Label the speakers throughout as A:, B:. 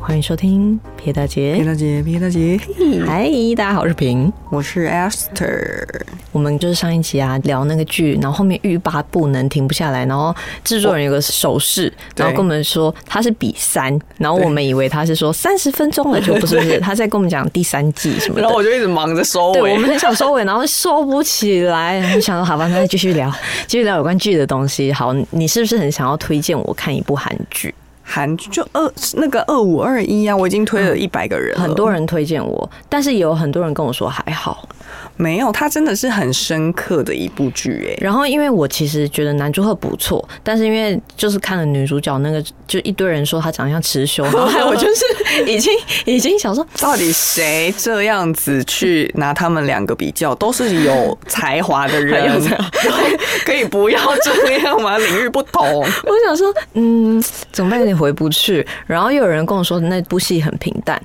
A: 欢迎收听撇大
B: 皮
A: 姐。
B: 大姐，皮大姐，
A: 嗨，大家好，我是平。
B: 我是 Esther。
A: 我们就是上一集啊聊那个剧，然后后面欲罢不能，停不下来。然后制作人有个手势，
B: 对
A: 然后跟我们说他是比三，然后我们以为他是说三十分 钟了，就不是不是，他在跟我们讲第三季什么
B: 然
A: 的。
B: 后我就一直忙着收
A: 对，
B: 尾
A: 我。们很想收尾，然后收不起来，然后想说好吧，那就继续聊，继续聊有关剧的东西。好，你是不是很想要推荐我看一部韩剧？
B: 韩剧就二那个二五二一啊，我已经推了一百个人了，
A: 很多人推荐我，但是也有很多人跟我说还好。
B: 没有，它真的是很深刻的一部剧哎。
A: 然后因为我其实觉得男主角不错，但是因为就是看了女主角那个，就一堆人说她长得像池修， 然后害我就是已经已经想说。
B: 到底谁这样子去拿他们两个比较，都是有才华的
A: 很
B: 人
A: 有才，
B: 可以不要这样吗？领域不同，
A: 我想说，嗯，怎么办？有点回不去。然后又有人跟我说那部戏很平淡，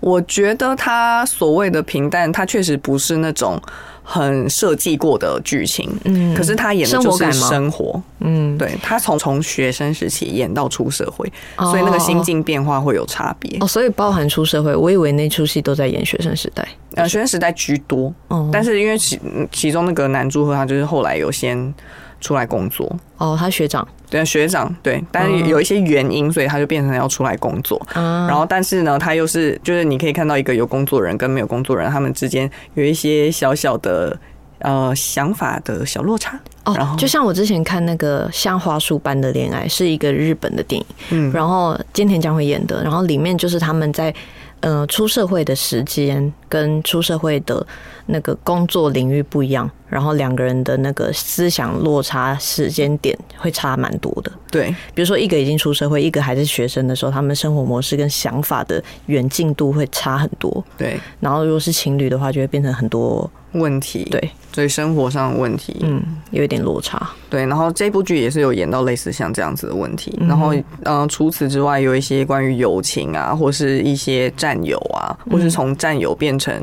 B: 我觉得它所谓的平淡，它确实不是那种很设计过的剧情，
A: 嗯
B: 可是他演的
A: 生
B: 就
A: 活
B: 是
A: 感吗
B: 生活，
A: 嗯，
B: 对他从从学生时期演到出社会，
A: 哦
B: 所以那个心境变化会有差别
A: 哦，。所以包含出社会，我以为那出戏都在演学生时代，
B: 呃，学生时代居多，
A: 哦，
B: 但是因为其其中那个男主和他就是后来有先出来工作，
A: 哦，他学长
B: 对学长对，但
A: 嗯
B: 是有一些原因，所以他就变成要出来工作。
A: 啊，
B: 然后，但是呢，他又是就是你可以看到一个有工作人跟没有工作人，他们之间有一些小小的呃想法的小落差。然
A: 哦
B: 后，
A: 就像我之前看那个《像花束般的恋爱》，是一个日本的电影，
B: 嗯
A: 然后菅田将晖演的，然后里面就是他们在呃出社会的时间跟出社会的那个工作领域不一样，然后两个人的那个思想落差时间点会差蛮多的。
B: 对，
A: 比如说一个已经出社会，一个还是学生的时候，他们生活模式跟想法的远近度会差很多。
B: 对，
A: 然后如果是情侣的话，就会变成很多
B: 问题，
A: 对，
B: 所以生活上的问题，
A: 嗯有一点落差。
B: 对，然后这部剧也是有演到类似像这样子的问题，然后嗯、呃除此之外有一些关于友情啊，或是一些战友啊，或是从战友变成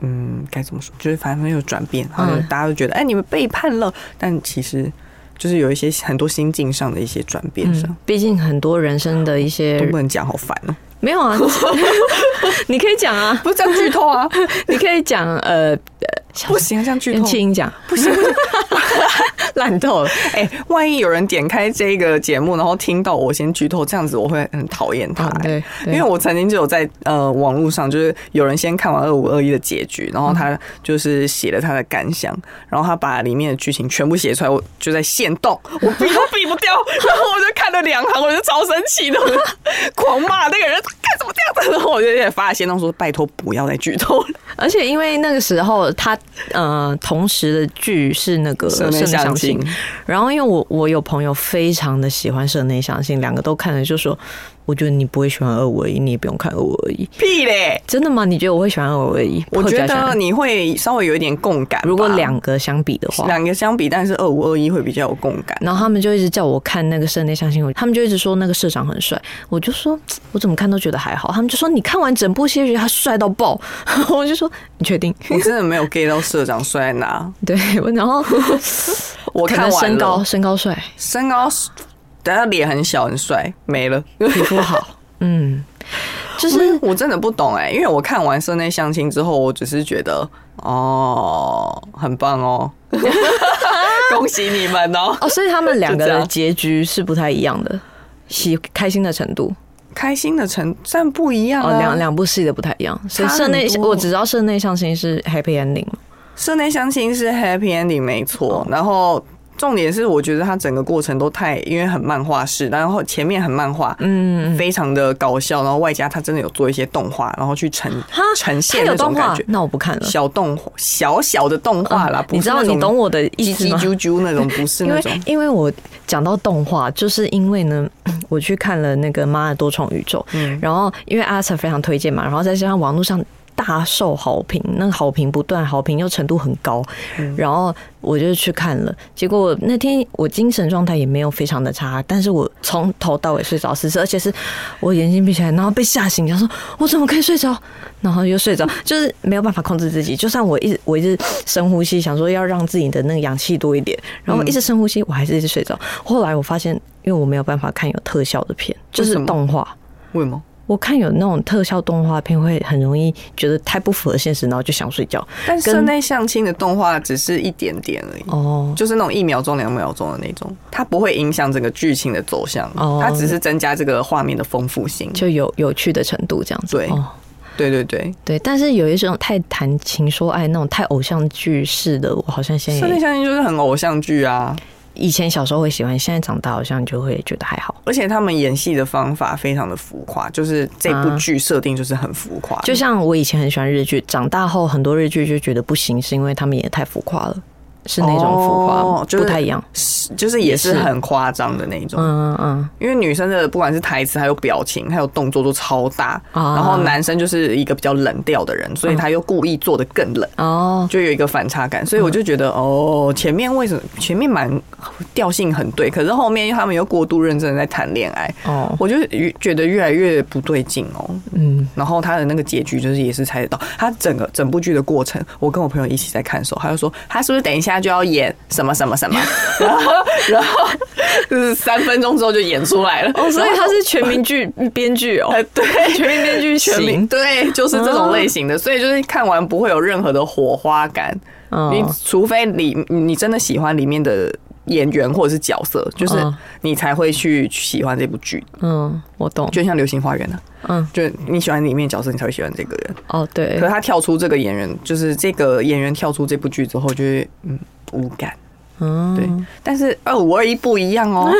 B: 嗯该怎么说，就是反正有转变，好像
A: 嗯
B: 大家都觉得哎、你们背叛了，但其实就是有一些很多心境上的一些转变上，
A: 嗯，毕竟很多人生的一些
B: 都不能讲，好烦哦、
A: 没有 啊，你可以讲啊，
B: 不是这样剧透 啊，
A: 你可以讲呃，呃
B: 不，行，这样剧
A: 跟
B: 透。
A: 庆英讲，
B: 不行，不行
A: 烂透了。
B: 哎、万一有人点开这个节目，然后听到我先剧透，这样子我会很讨厌他、
A: 啊
B: 哎
A: 对，
B: 因
A: 对
B: 为我曾经就有在呃网络上，就是有人先看完二五二一的结局，然后他就是写了他的感想，然后他把里面的剧情全部写出来，我就在现 动，我避都避不掉，然后我就看了两行，我就超生气 的，狂骂那个人干什么这样子，然后我就也发了现动说拜托不要再剧透了，
A: 而且因为那个时候他呃，同时的剧是那个
B: 社内
A: 社内
B: 相
A: 相
B: 亲
A: 亲，然后因为我我有朋友非常的喜欢社内相亲，两个都看了就说，我觉得你不会喜欢二五而已，你也不用看二五而已。
B: 屁嘞！
A: 真的吗？你觉得我会喜欢二五而已？
B: 我
A: 会比
B: 觉
A: 较喜欢
B: 得你会稍微有一点共感吧，
A: 如果两个相比的话，
B: 两个相比，但是二五二一会比较有共 感。
A: 然后他们就一直叫我看那个室内相亲，我他们就一直说那个社长很帅，我就说我怎么看都觉得还好，他们就说你看完整部戏就觉得他帅到爆， 我就说你确定？
B: 我真的没有 get 到社长帅在哪，
A: 对，我然后
B: 我
A: 可
B: 看
A: 能
B: 完
A: 身
B: 了
A: 高身高帅，
B: 身高，但他脸很小很帅，没了。
A: 皮肤 好，嗯，就
B: 不是
A: 是，
B: 我真的不懂哎、因为我看完《室内相亲》之后，我只是觉得哦，很棒 哦， 恭喜你们哦！
A: 哦，所以他们两个
B: 就这
A: 的
B: 样
A: 结局是不太一样的，喜开心的程度
B: 开心的程但不一样
A: 哦，两
B: 啊。
A: 两部戏的不太一样，所以
B: 差
A: 室内
B: 很多
A: 我只知道室内相亲是 happy ending 嘛
B: 室内相亲是 happy ending 没
A: 哦
B: 错，然后。重点是，我觉得它整个过程都太，因为很漫画式，然后前面很漫画，嗯，非常的搞笑，然后外加它真的有做一些动画，然后去呈
A: 哈
B: 呈
A: 它
B: 现那
A: 有
B: 种
A: 动
B: 感
A: 画
B: 觉，，
A: 那我不看了。
B: 小动画小小的动画啦，不
A: 你
B: 是
A: 知道
B: 那种
A: 你懂我的意
B: 叽
A: 思吗
B: 叽？啾啾那种，不是
A: 因
B: 那
A: 为
B: 种。
A: 因为我讲到动画，就是因为呢， 我
B: 嗯
A: 去看了那个《妈的多重宇宙》，然后因为阿 Sir 非常推荐嘛，然后再加上网络上。大受好评，那个好评不断，好评又程度很高。然后我就去看了，结果我那天我精神状态也没有非常的差，但是我从头到尾睡着四次，而且是我眼睛闭起来，然后被吓醒，想说我怎么可以睡着，然后又睡着，就是没有办法控制自己。就算我一直我一直深呼吸，想说要让自己的那个氧气多一点，然后一直深呼吸，我还是一直睡着。后来我发现，因为我没有办法看有特效的片，就
B: 为
A: 是
B: 什么
A: 动画。
B: 为 什么？
A: 我看有那种特效动画片，会很容易觉得太不符合现实，然后就想睡觉。
B: 但室内相亲的动画只是一点点而已。
A: 哦，
B: 就是那种一秒钟、两秒钟的那种，它不会影响整个剧情的走向，
A: 哦
B: 它只是增加这个画面的丰富性。
A: 就有有趣的程度这样子。
B: 对
A: 哦，
B: 对对对，
A: 对。但是有一种太谈情说爱那种太偶像剧式的，我好像现
B: 室
A: 在
B: 内
A: 也
B: 相亲就是很偶像剧啊，
A: 以前小时候会喜欢，现在长大好像就会觉得还好。
B: 而且他们演戏的方法非常的浮夸，就是这部
A: 啊
B: 剧设定就是很浮夸，
A: 就像我以前很喜欢日剧，长大后很多日剧就觉得不行，是因为他们演得太浮夸了，是那种浮夸，
B: 哦就是
A: 不太一样。
B: 是就是也是
A: 也是
B: 很夸张的那一种。
A: 嗯嗯
B: 因为女生的不管是台词还有表情还有动作都超大，
A: 啊
B: 然后男生就是一个比较冷调的人，所以他又故意做的更冷。
A: 嗯，哦，
B: 就有一个反差感，
A: 嗯
B: 所以我就觉得、哦，前面为什么前面蛮调性很对，可是后面他们又过度认真的在谈恋爱，
A: 哦，
B: 我就越觉得越来越不对劲哦。
A: 嗯，
B: 然后他的那个结局就是也是猜得到，他整个整部剧的过程，我跟我朋友一起在看的时候，他就说他是不是等一下就要演什么什 么什么，然后然后就是三分钟之后就演出来 了，
A: 哦，所以他是全民剧编剧哦，对，全民编剧
B: 全民
A: 型，
B: 对，就是这种类型的，所以就是看完不会有任何的火花感，
A: 嗯
B: 你除非里你真的喜欢里面的演员或者是角色，就是
A: 嗯
B: 你才会去喜欢这部剧，
A: 嗯，我懂，
B: 就像《流星花园》啊，
A: 嗯，
B: 就你喜欢里面的角色，你才会喜欢这个人。
A: 哦，对
B: 可是，他跳出这个演员，就是这个演员跳出这部剧之后，就会嗯无感。
A: 嗯，
B: 对，但是二五二一不一样 哦。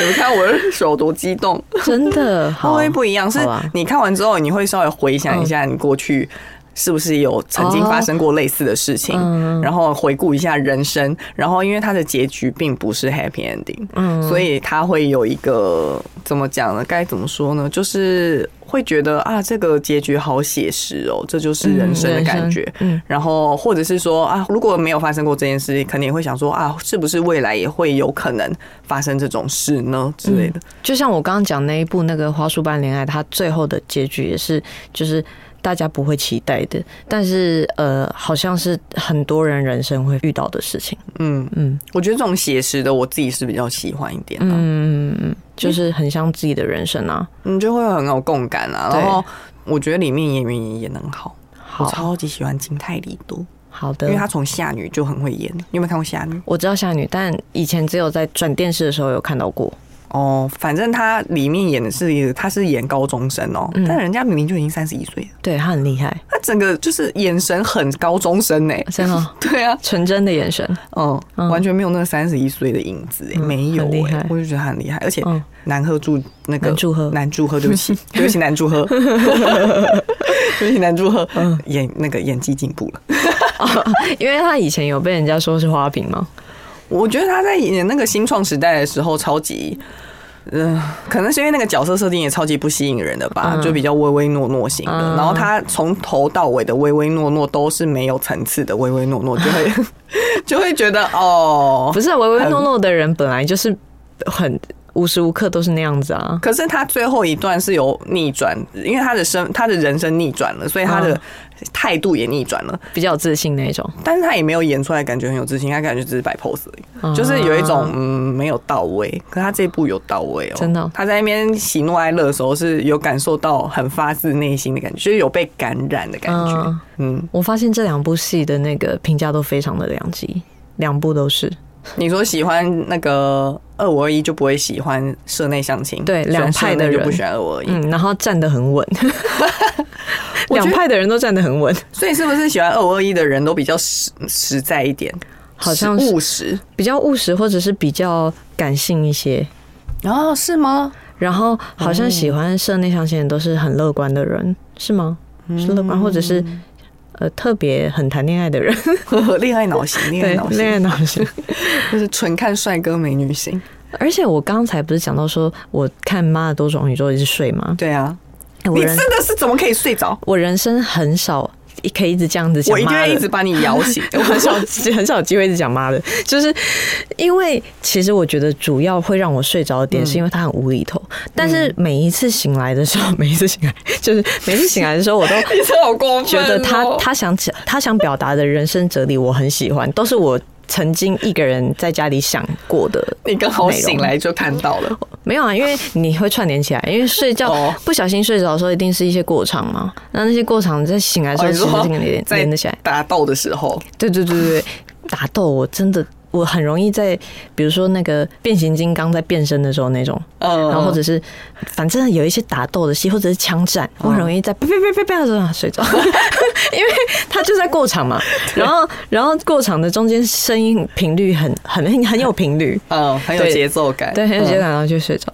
B: 你们看我的手多激动，
A: 真的 好啊
B: 会不一样，是
A: 好嗯吧
B: 你看完之后，你会稍微回想一下你过去。是不是有曾经发生过类似的事情？
A: 嗯
B: 然后回顾一下人生，然后因为它的结局并不是 happy ending，、
A: 嗯
B: 所以它会有一个怎么讲呢？该怎么说呢？就是会觉得啊，这个结局好写实哦，这就是人生的感觉。
A: 嗯人生嗯
B: 然后或者是说啊，如果没有发生过这件事，肯定也会想说啊，是不是未来也会有可能发生这种事呢之类的？
A: 就像我刚刚讲那一部那个《花束般恋爱》，它最后的结局也是就是。大家不会期待的，但是呃，好像是很多人人生会遇到的事情。
B: 嗯
A: 嗯，
B: 我觉得这种写实的，我自己是比较喜欢一点的、
A: 嗯嗯嗯，就是很像自己的人生啊。
B: 你嗯就会很有共感啊。
A: 对
B: 然后我觉得里面演员也演得很好，
A: 好
B: 我
A: 嗯
B: 超级喜欢金泰梨多，
A: 好
B: 因为她
A: 的，
B: 从夏女就很会演。你有没有看过夏女？
A: 我知道夏女，但以前只有在转电视的时候有看到过。
B: 哦，反正她里面演的是一个，她是演高中生哦，
A: 嗯
B: 但人家明明就已经三十一岁了，
A: 对她很厉害，
B: 她整个就是眼神很高中生哎、
A: 真的哦
B: 对啊，
A: 纯真的眼神。
B: 嗯，
A: 嗯
B: 完全没有那三十一岁的影子、欸，没有、
A: 很厉
B: 欸
A: 害，
B: 我就觉得她很厉害，而且
A: 嗯
B: 南鹤柱那个
A: 南柱赫
B: 南柱赫，对 不起，对不起，南柱赫，对不起，南柱赫，
A: 嗯
B: 演那个演技进步了。
A: 因为她以前有被人家说是花瓶嘛。
B: 我觉得他在演那个新创时代的时候，超级，嗯、可能是因为那个角色设定也超级不吸引人的吧，就比较唯唯诺诺型的。
A: 嗯
B: 然后他从头到尾的唯唯诺诺都是没有层次的唯唯诺诺，就会 就会觉得哦
A: 不。是啊唯唯诺诺的人本来就是很无时无刻都是那样子啊。
B: 可是他最后一段是有逆转，因为他的生他的人生逆转了，所以他的
A: 嗯
B: 态度也逆转了。
A: 比较有自信那一种，
B: 但是他也没有演出来，感觉很有自信，他感觉只是摆 pose 而已。
A: 啊
B: 就是有一种嗯没有到位，可他这一步有到位哦，
A: 真的哦
B: 他在那边喜怒哀乐的时候是有感受到很发自内心的感觉，就是有被感染的感觉
A: 嗯。
B: 嗯，
A: 我发现这两部戏的那个评价都非常的两极，两部都是
B: 你说喜欢那个二五二一就不会喜欢社内相亲，
A: 对
B: 喜欢
A: 两派的
B: 社内
A: 人
B: 就不喜欢二五二一，
A: 嗯，然后站得很 稳，
B: 我觉
A: 两
B: 得
A: 派的人都站得很稳，
B: 所以是不是喜欢二五二一的人都比较实实在一点，
A: 好像是
B: 务实
A: 比较务实或者是比较感性一些。
B: 哦？是吗？
A: 然后好像喜欢社内相亲的人都是很乐观的人，是吗？是乐观，或者是呃特别很谈恋爱的人，
B: 恋爱脑型，恋爱
A: 对
B: 脑，
A: 恋爱
B: 型，
A: 脑型。
B: 就是纯看帅哥美女型。
A: 而且我刚才不是讲到说，我看《妈的多重宇宙》一直睡吗？
B: 对啊，
A: 哎我
B: 你
A: 人
B: 真的是怎么可以睡着？
A: 我人生很少可以一直这样子讲，
B: 我一定
A: 妈
B: 会
A: 的
B: 一直把你摇 醒。
A: 我很少很少有机会一直讲妈的，就是因为其实我觉得主要会让我睡着的
B: 嗯
A: 点是因为它很无厘头，但是每一次醒来的时候， 每一次醒来就是每次醒来的时候，我都
B: 你真的好过分、哦！
A: 觉 得他他想讲他想表达的人生哲理，我很喜欢，都是我曾经一个人在家里想过的。
B: 你刚好醒来就看到了，
A: 没有啊，因为你会串联起来，因为睡觉、
B: 哦
A: 不小心睡着的时候，一定是一些过场嘛。那那些过场在醒来的时候，其
B: 哦你
A: 实是
B: 说
A: 连
B: 在
A: 连得起来。
B: 打斗的时候，
A: 对对对对，对打斗我真的我很容易在，比如说那个变形金刚在变身的时候那种，
B: 嗯，
A: 然后或者是反正有一些打斗的戏或者是枪战，我很容易在啪啪啪啪啪的时候啊睡着，因为他就在过场嘛，然后然后过场的中间声音频率很很很有频率。
B: 嗯，很有
A: 对
B: 节奏感，
A: 对，很有节奏
B: 嗯。
A: 感，然后就睡着。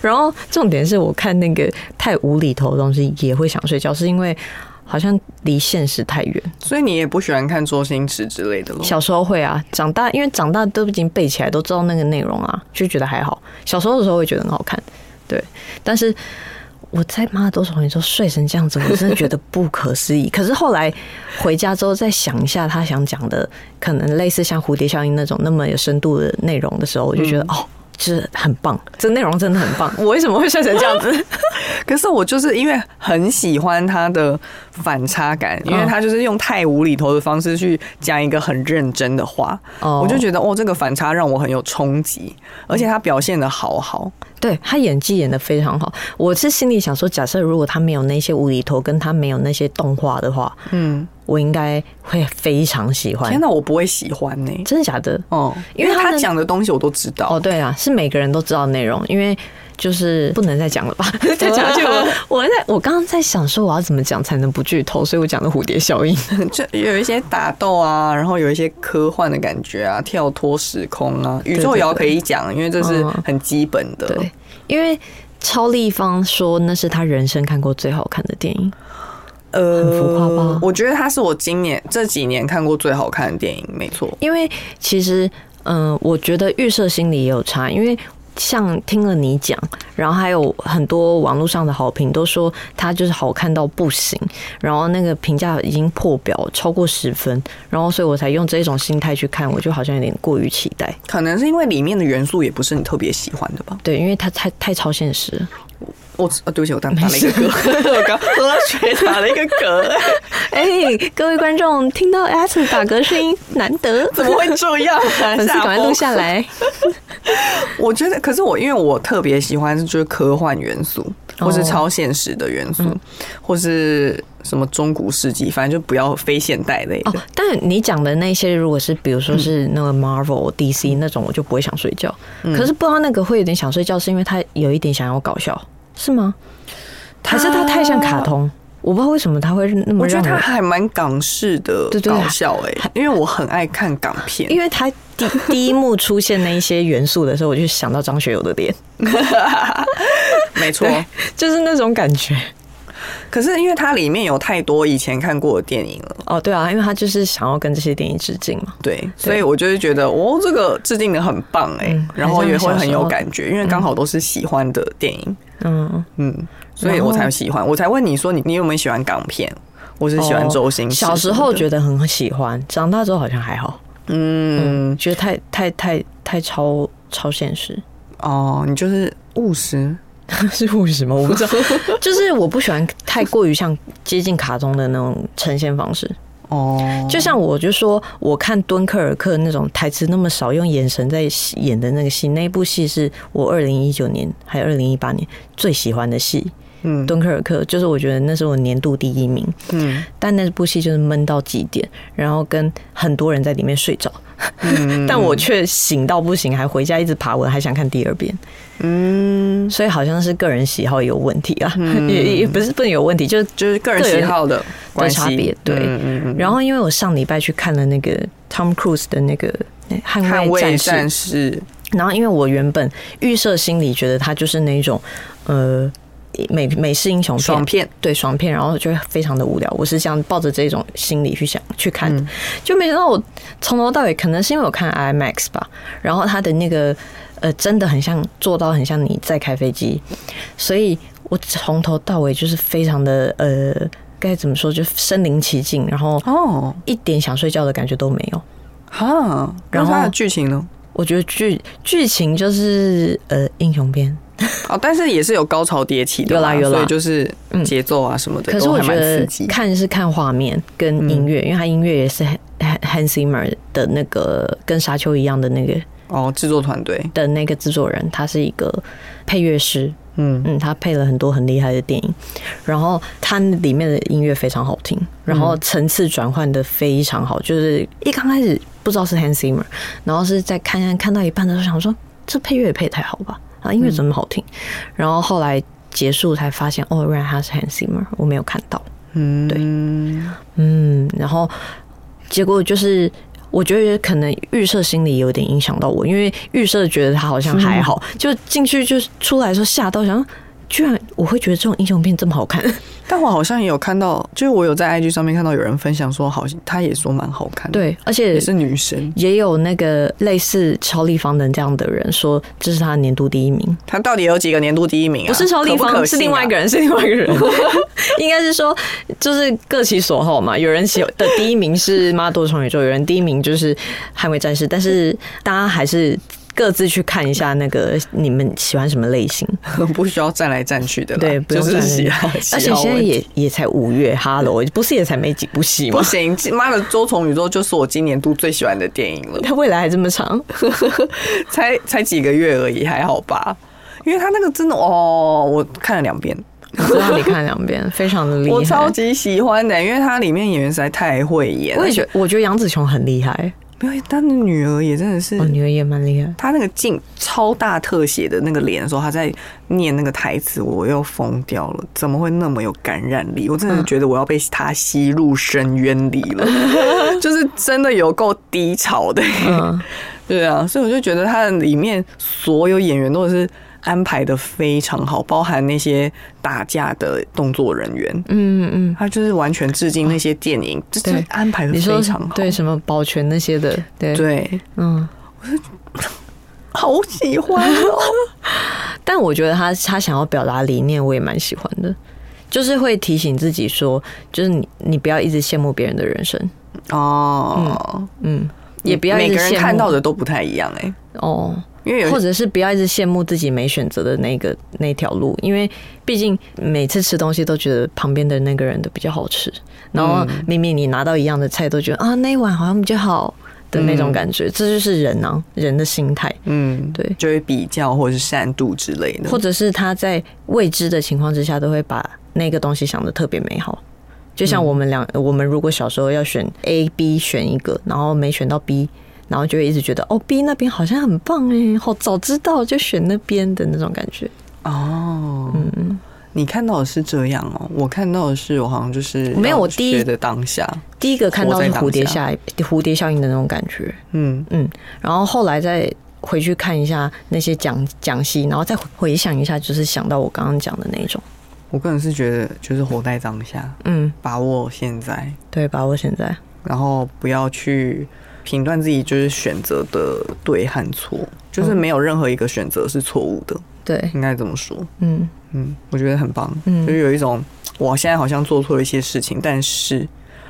A: 然后重点是我看那个太无厘头的东西也会想睡觉，是因为好像离现实太远。
B: 所以你也不喜欢看周星驰之类的咯。
A: 小时候会啊，长大因为长大都已经背起来，都知道那个内容啊，就觉得还好。小时候的时候会觉得很好看，对。但是我在妈的多少年之后睡成这样子，我真的觉得不可思议。 可是后来回家之后再想一下他想讲的，可能类似像蝴蝶效应那种那么有深度的内容的时候，我就觉得、哦。就是很棒，这内容真的很棒。 我为什么会睡成这样子？
B: 可是我就是因为很喜欢他的反差感，因为
A: 嗯
B: 他就是用太无厘头的方式去讲一个很认真的话，
A: 哦
B: 我就觉得哦，这个反差让我很有冲击，而且他表现的好好。
A: 对他演技演的非常好，我是心里想说，假设如果他没有那些无厘头，跟他没有那些动画的话，
B: 嗯，
A: 我应该会非常喜欢
B: 天。哪，我不会喜欢呢、
A: 真的假的？
B: 哦，因
A: 因
B: 为
A: 为他
B: 他
A: 的
B: 讲的东西我都知道。
A: 哦，对啊，是每个人都知道的内容，因为就是不能再讲了 吧？再讲下去我，我在我刚刚在想说我要怎么讲才能不剧透，所以我讲的蝴蝶效应。
B: 就有一些打斗啊，然后有一些科幻的感觉啊，跳脱时空啊，宇宙也要可以讲，因为这是
A: 嗯
B: 很基本的。
A: 对，因为超立方说那是他人生看过最好看的电影。
B: 呃
A: 很浮夸吧
B: 我觉得它是我今年这几年看过最好看的电影，没错。
A: 因为其实，嗯、我觉得预设心理也有差，因为。像听了你讲，然后还有很多网络上的好评都说它就是好看到不行，然后那个评价已经破表超过十分，然后所以我才用这种心态去看，我就好像有点过于期待，
B: 可能是因为里面的元素也不是你特别喜欢的吧。
A: 对，因为它太太超现实了。
B: 我、呃对不起，我打打了一个嗝， 我刚喝到水打了一个嗝，
A: 哎、各位观众听到 S 打嗝声音难得，
B: 怎么会这样、啊？
A: 粉丝赶快录下来。
B: 我觉得，可是我因为我特别喜欢就是科幻元素，
A: 哦嗯
B: 或是超现实的元素，或是什么中古世纪，反正就不要非现代类的。嗯
A: 哦，但你讲的那些，如果是比如说是那个 Marvel、DC 那种，我就不会想睡觉。可是不知道那个会有点想睡觉，是因为它有一点想要搞笑，是吗？还是它太像卡通？我不知道为什么它会那么
B: 我觉
A: 让
B: 得它
A: 我，
B: 还蛮港式的
A: 对对
B: 搞笑哎、因为我很爱看港片
A: 因，为它 第第一幕出现那一些元素的时候，我就想到张学友的脸，
B: 没错。
A: 就是那种感觉。
B: 可是因为它里面有太多以前看过的电影了，
A: 哦，对啊，因为他就是想要跟这些电影致敬嘛。
B: 对，所以我就会觉得哦，这个致敬的很棒哎、
A: 嗯
B: 然后
A: 很像
B: 也会
A: 小
B: 很
A: 时
B: 有
A: 候
B: 感觉，因为刚好都是喜欢的电影。
A: 嗯，
B: 嗯，所以我才喜欢，我才问你说你你有没有喜欢港片？我是喜欢周星
A: 哦
B: 驰什么
A: 小
B: 的、
A: 时候觉得很喜欢，长大之后好像还好，
B: 嗯，
A: 觉得太太太太超超现实。
B: 哦，你就是务实，
A: 是为什么？我不 知道，就是我不喜欢太过于像接近卡通的那种呈现方式。
B: 哦，
A: 就像我就说，我看《敦刻尔克》那种台词那么少，用眼神在演的那个戏，那一部戏是我二零一九年还有二零一八年最喜欢的戏，《
B: 嗯
A: 敦刻尔克》就是我觉得那是我年度第一名。
B: 嗯
A: 但那部戏就是闷到极点，然后跟很多人在里面睡着，
B: 嗯
A: 但我却醒到不行，还回家一直爬文，还想看第二遍。
B: 嗯，
A: 所以好像是个人喜好有问题啊， 也也不是不能有问题，就是
B: 就是个人喜好的关系
A: 差别对
B: 嗯嗯嗯。
A: 然后因为我上礼拜去看了那个 Tom Cruise 的那个哎捍
B: 捍
A: 卫
B: 卫
A: 战士，
B: 战士，
A: 然后因为我原本预设心里觉得他就是那种呃美美式英雄片
B: 爽片
A: 对爽片，然后就会非常的无聊。我是这样抱着这种心理去想去看的，就没想到我从头到尾，可能是因为我看 IMAX 吧，然后他的那个呃真的很像做到很像你在开飞机，所以我从头到尾就是非常的呃，该怎么说，就身临其境，然后
B: 哦，
A: 一点想睡觉的感觉都没有。
B: 哈，然
A: 然
B: 后
A: 后
B: 它的剧情呢？
A: 我觉得剧剧情就是呃英雄片，
B: 哦，但是也是有高潮迭起的嘛，
A: 有啦有啦嗯
B: 所以就是节奏啊什么的，嗯
A: 可是
B: 都
A: 我
B: 还
A: 觉
B: 蛮
A: 得
B: 刺激。
A: 看是看画面跟音乐，因为它音乐也是 Han- Han- Hans Zimmer 的那个跟沙丘一样的那个
B: 哦，制作团队，
A: 的那个制作人，他是一个配乐师，
B: 嗯，
A: 嗯，他配了很多很厉害的电影，然后它里面的音乐非常好听，然
B: 嗯
A: 后层次转换的非常好，就是一刚开始不知道是 Hans Zimmer，然后是在看看到一半的时候想说这配乐也配太好吧，啊，
B: 嗯
A: 音乐怎么那么好听？然后后来结束才发现，哦，原来他是 Hans Zimmer，我没有看到，
B: 嗯，
A: 对
B: 对，
A: 嗯，然后结果就是。我觉得可能预设心理有点影响到我，因为预设觉得他好像还好，
B: 嗯
A: 就进去就是出来的时候吓到，想说居然我会觉得这种英雄片这么好看，
B: 嗯但我好像也有看到，就是我有在 IG 上面看到有人分享说，好，像他也说蛮好看的，，
A: 对，而且
B: 也是女神，
A: 也有那个类似超立方的这样的人说这是他的年度第一名，
B: 她到底有几个年度第一名啊？
A: 不是超立方，
B: 可不可
A: 是
B: 信啊
A: 另外 一个人，是另外一个人，应该是说就是各其所好嘛。有人喜的第一名是《妈多重宇宙》，有人第一名就是《捍卫战士》，但是大家还是。各自去看一下那个你们喜欢什么类 型，
B: 不需要站来站去的啦，
A: 对，不
B: 就
A: 用
B: 是
A: 站在
B: 喜
A: 那
B: 好，
A: 里
B: 喜
A: 而且
B: 好
A: 现在
B: 问题
A: 也也才五月，哈喽，不是也才没几部戏吗
B: 不？行， 妈的，《多重宇宙》就是我今年度最喜欢的电影了，
A: 它未来还这么长，
B: 才才几个月而已，还好吧？因为他那个真的哦，我看了两遍，
A: 我知道你看两遍，非常的厉害。
B: 我超级喜欢的，因为它里面演员实在太会演了，
A: 我也觉得，我觉得杨紫琼很厉害，
B: 没有，他的女儿也真的是
A: 我，女儿也蛮厉害。
B: 她那个镜超大特写的那个脸的时候，她在念那个台词，我又疯掉了，怎么会那么有感染力？我真
A: 嗯
B: 的觉得我要被她吸入深渊里 了，就是真的有够低潮的、
A: 嗯，
B: 对啊，所以我就觉得他的里面所有演员都是安排的非常好，包含那些打架的动作人员，
A: 嗯嗯，
B: 他就是完全致敬那些电影，这这
A: 对
B: 安排的
A: 你说
B: 非常好。
A: 对什么保全那些的，对，
B: 对，
A: 嗯。
B: 好喜欢哦！
A: 但我觉得他他想要表达理念，我也蛮喜欢的，就是会提醒自己说，就是你你不要一直羡慕别人的人生，
B: 哦，
A: 嗯，也不要一
B: 每
A: 直
B: 个
A: 羡慕
B: 人看到的都不太一样哎、
A: 哦，
B: 因为有
A: 或者是不要一直羡慕自己没选择的那个那条路，因为毕竟每次吃东西都觉得旁边的那个人的比较好吃，然后
B: 嗯
A: 明明你拿到一样的菜，都觉得啊那一碗好像比较好的那种感觉，这就是人啊人的心态。
B: 嗯，
A: 对
B: 就会比较或者是善妒之类的，
A: 或者是他在未知的情况之下，都会把那个东西想的特别美好。就像我们两，
B: 嗯
A: 我们如果小时候要选 A、B 选一个，然后没选到 B，然后就会一直觉得哦，B 那边好像很棒哎，好早知道就选那边的那种感觉。
B: 哦，
A: 嗯
B: 你看到的是这样哦，我看到的是我好像就是
A: 没有
B: 要
A: 我第一
B: 学的当下，
A: 第一个看到
B: 活在
A: 是
B: 当
A: 蝴蝶
B: 下
A: 效蝴蝶效应的那种感觉，
B: 嗯，
A: 嗯，然后后来再回去看一下那些讲讲戏，然后再回想一下，就是想到我刚刚讲的那种，
B: 我个人是觉得，就是活在当下，
A: 嗯，
B: 把握现在，
A: 对吧？我现在
B: 然后不要去评断自己就是选择的对和错，就是
A: 嗯
B: 没有任何一个选择是错误的，
A: 对，
B: 应该这么说。
A: 嗯
B: 嗯，我觉得很棒，
A: 嗯
B: 就是有一种我现在好像做错了一些事情，但是，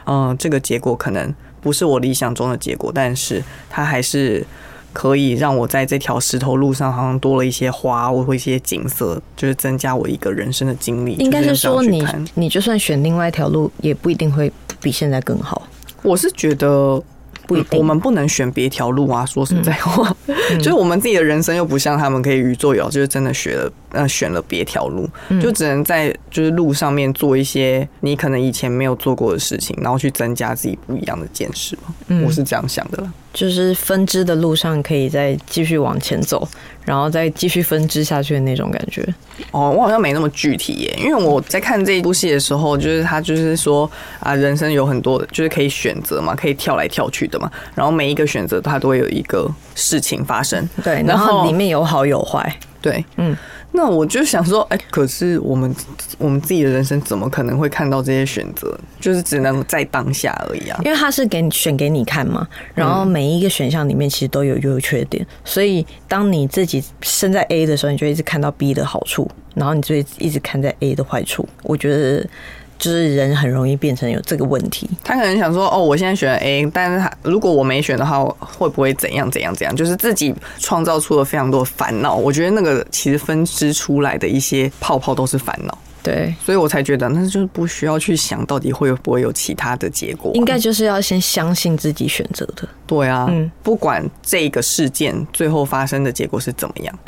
B: 嗯、这个结果可能不是我理想中的结果，但是它还是可以让我在这条石头路上好像多了一些花或一些景色，就是增加我一个人生的经历。
A: 应该是
B: 就这样
A: 说
B: 去
A: 你
B: 看
A: 你就算选另外一条路，也不一定会比现在更好。
B: 我是觉得。
A: 不一
B: 嗯
A: 定
B: 我们不能选别条路啊！说实在话， 就是我们自己的人生又不像他们可以宇宙游，就是真的学了呃选了别条路，就只能在就是路上面做一些你可能以前没有做过的事情，然后去增加自己不一样的见识吧。我是这样想的啦。
A: 就是分支的路上可以再继续往前走，然后再继续分支下去的那种感觉。
B: 哦，我好像没那么具体耶，因为我在看这一部戏的时候，就是他就是说啊，人生有很多就是可以选择嘛，可以跳来跳去的嘛，然后每一个选择它都会有一个事情发生，
A: 对，
B: 然
A: 然
B: 后
A: 后里面有好有坏。
B: 对，嗯
A: 嗯，
B: 那我就想说，哎、可是我们我们自己的人生怎么可能会看到这些选择？就是只能在当下而已啊。
A: 因为它是给你选给你看嘛，然后每一个选项里面其实都有优缺点，所以当你自己身在 A 的时候，你就一直看到 B 的好处，然后你就一直看在 A 的坏处。我觉得就是人很容易变成有这个问题，
B: 他可能想说，哦，我现在选了 A，但是他如果我没选的话，我会不会怎样怎样怎样？就是自己创造出了非常多的烦恼。我觉得那个其实分支出来的一些泡泡都是烦恼，
A: 对，
B: 所以我才觉得，那就是不需要去想到底会不会有其他的结果啊、
A: 应该就是要先相信自己选择的，
B: 对啊，
A: 嗯
B: 不管这个事件最后发生的结果是怎么样，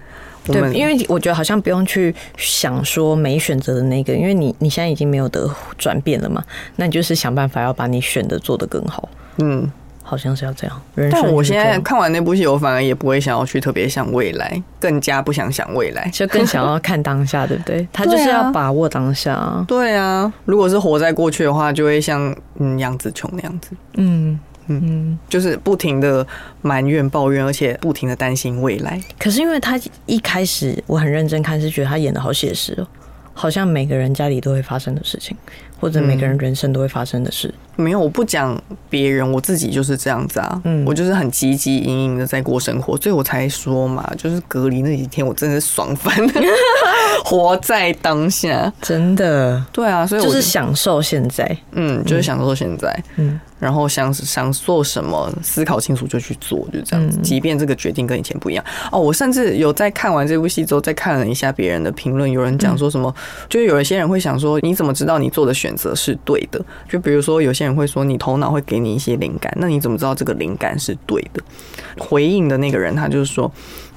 B: 我
A: 对，
B: 们
A: 因为我觉得好像不用去想说没选择的那个，因为你你现在已经没有得转变了嘛，那你就是想办法要把你选的做得更好，
B: 嗯，
A: 好像是要这样。人生
B: 但我
A: 就是
B: 现
A: 这
B: 在
A: 样
B: 看完那部戏，我反而也不会想要去特别想未来，更加不想想未来。
A: 就更想要看当下，对不 对？他就是
B: 对啊
A: 要把握当下啊。
B: 对啊，如果是活在过去的话，就会像嗯杨紫琼那样子，
A: 嗯，
B: 就是不停的埋怨抱怨，而且不停的担心未来。
A: 可是因为他一开始我很认真看，是觉得他演的好写实哦，好像每个人家里都会发生的事情，或者每个
B: 嗯
A: 人人生都会发生的事。
B: 没有，我不讲别人，我自己就是这样子啊。
A: 嗯
B: 我就是很积极、营营的在过生活，所以我才说嘛，就是隔离那几天，我真的是爽翻， 活在当下。
A: 真的，
B: 对啊，所以我
A: 就是享受现在。
B: 嗯，就是享受现在，
A: 嗯
B: 嗯，然后想想做什么，思考清楚就去做，就这样子。即便这个决定跟以前不一样哦，我甚至有在看完这部戏之后，再看了一下别人的评论，有人讲说什么，就是有一些人会想说，你怎么知道你做的选择是对的？就比如说有些人会说，你头脑会给你一些灵感，那你怎么知道这个灵感是对的？回应的那个人他就是说，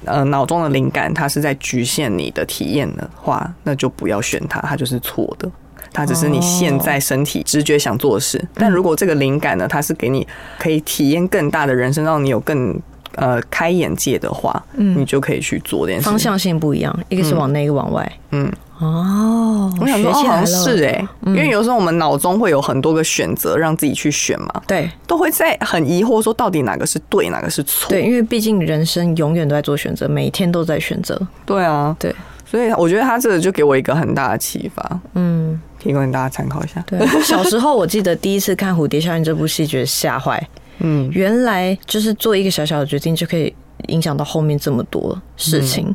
B: 呃，脑中的灵感它是在局限你的体验的话，那就不要选它，它就是错的。它只是你现在身体直觉想做的
A: 哦
B: 事。但如果这个灵感呢，它是给你可以体验更大的人生，让你有更呃开眼界的话，你就可以去做这件
A: 嗯
B: 事。
A: 方，向性不一样，一个是往内，一个往外。
B: 嗯，
A: 嗯哦，
B: 我想说，
A: 学
B: 哦，
A: 起
B: 好
A: 来
B: 像
A: 了嗯
B: 是哎、因为有时候我们脑中会有很多个选择，让自己去选嘛，
A: 对
B: 都会在很疑惑说到底哪个是对，哪个是错。
A: 对，因为毕竟人生永远都在做选择，每天都在选择。
B: 对啊，
A: 对，
B: 所以我觉得他这个就给我一个很大的启发，
A: 嗯，
B: 提供给大家参考一下。
A: 对。小时候我记得第一次看《蝴蝶效应》这部戏，觉得吓坏。
B: 嗯，
A: 原来就是做一个小小的决定就可以影响到后面这么多事情。
B: 嗯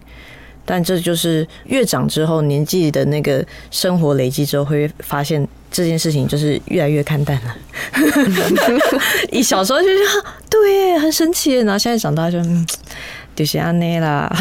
A: 但这就是越长之后，年纪的那个生活累积之后，会发现这件事情就是越来越看淡 了。一小时候就觉得啊对耶，很神奇耶，然后现在长大就嗯，就是安内 啦，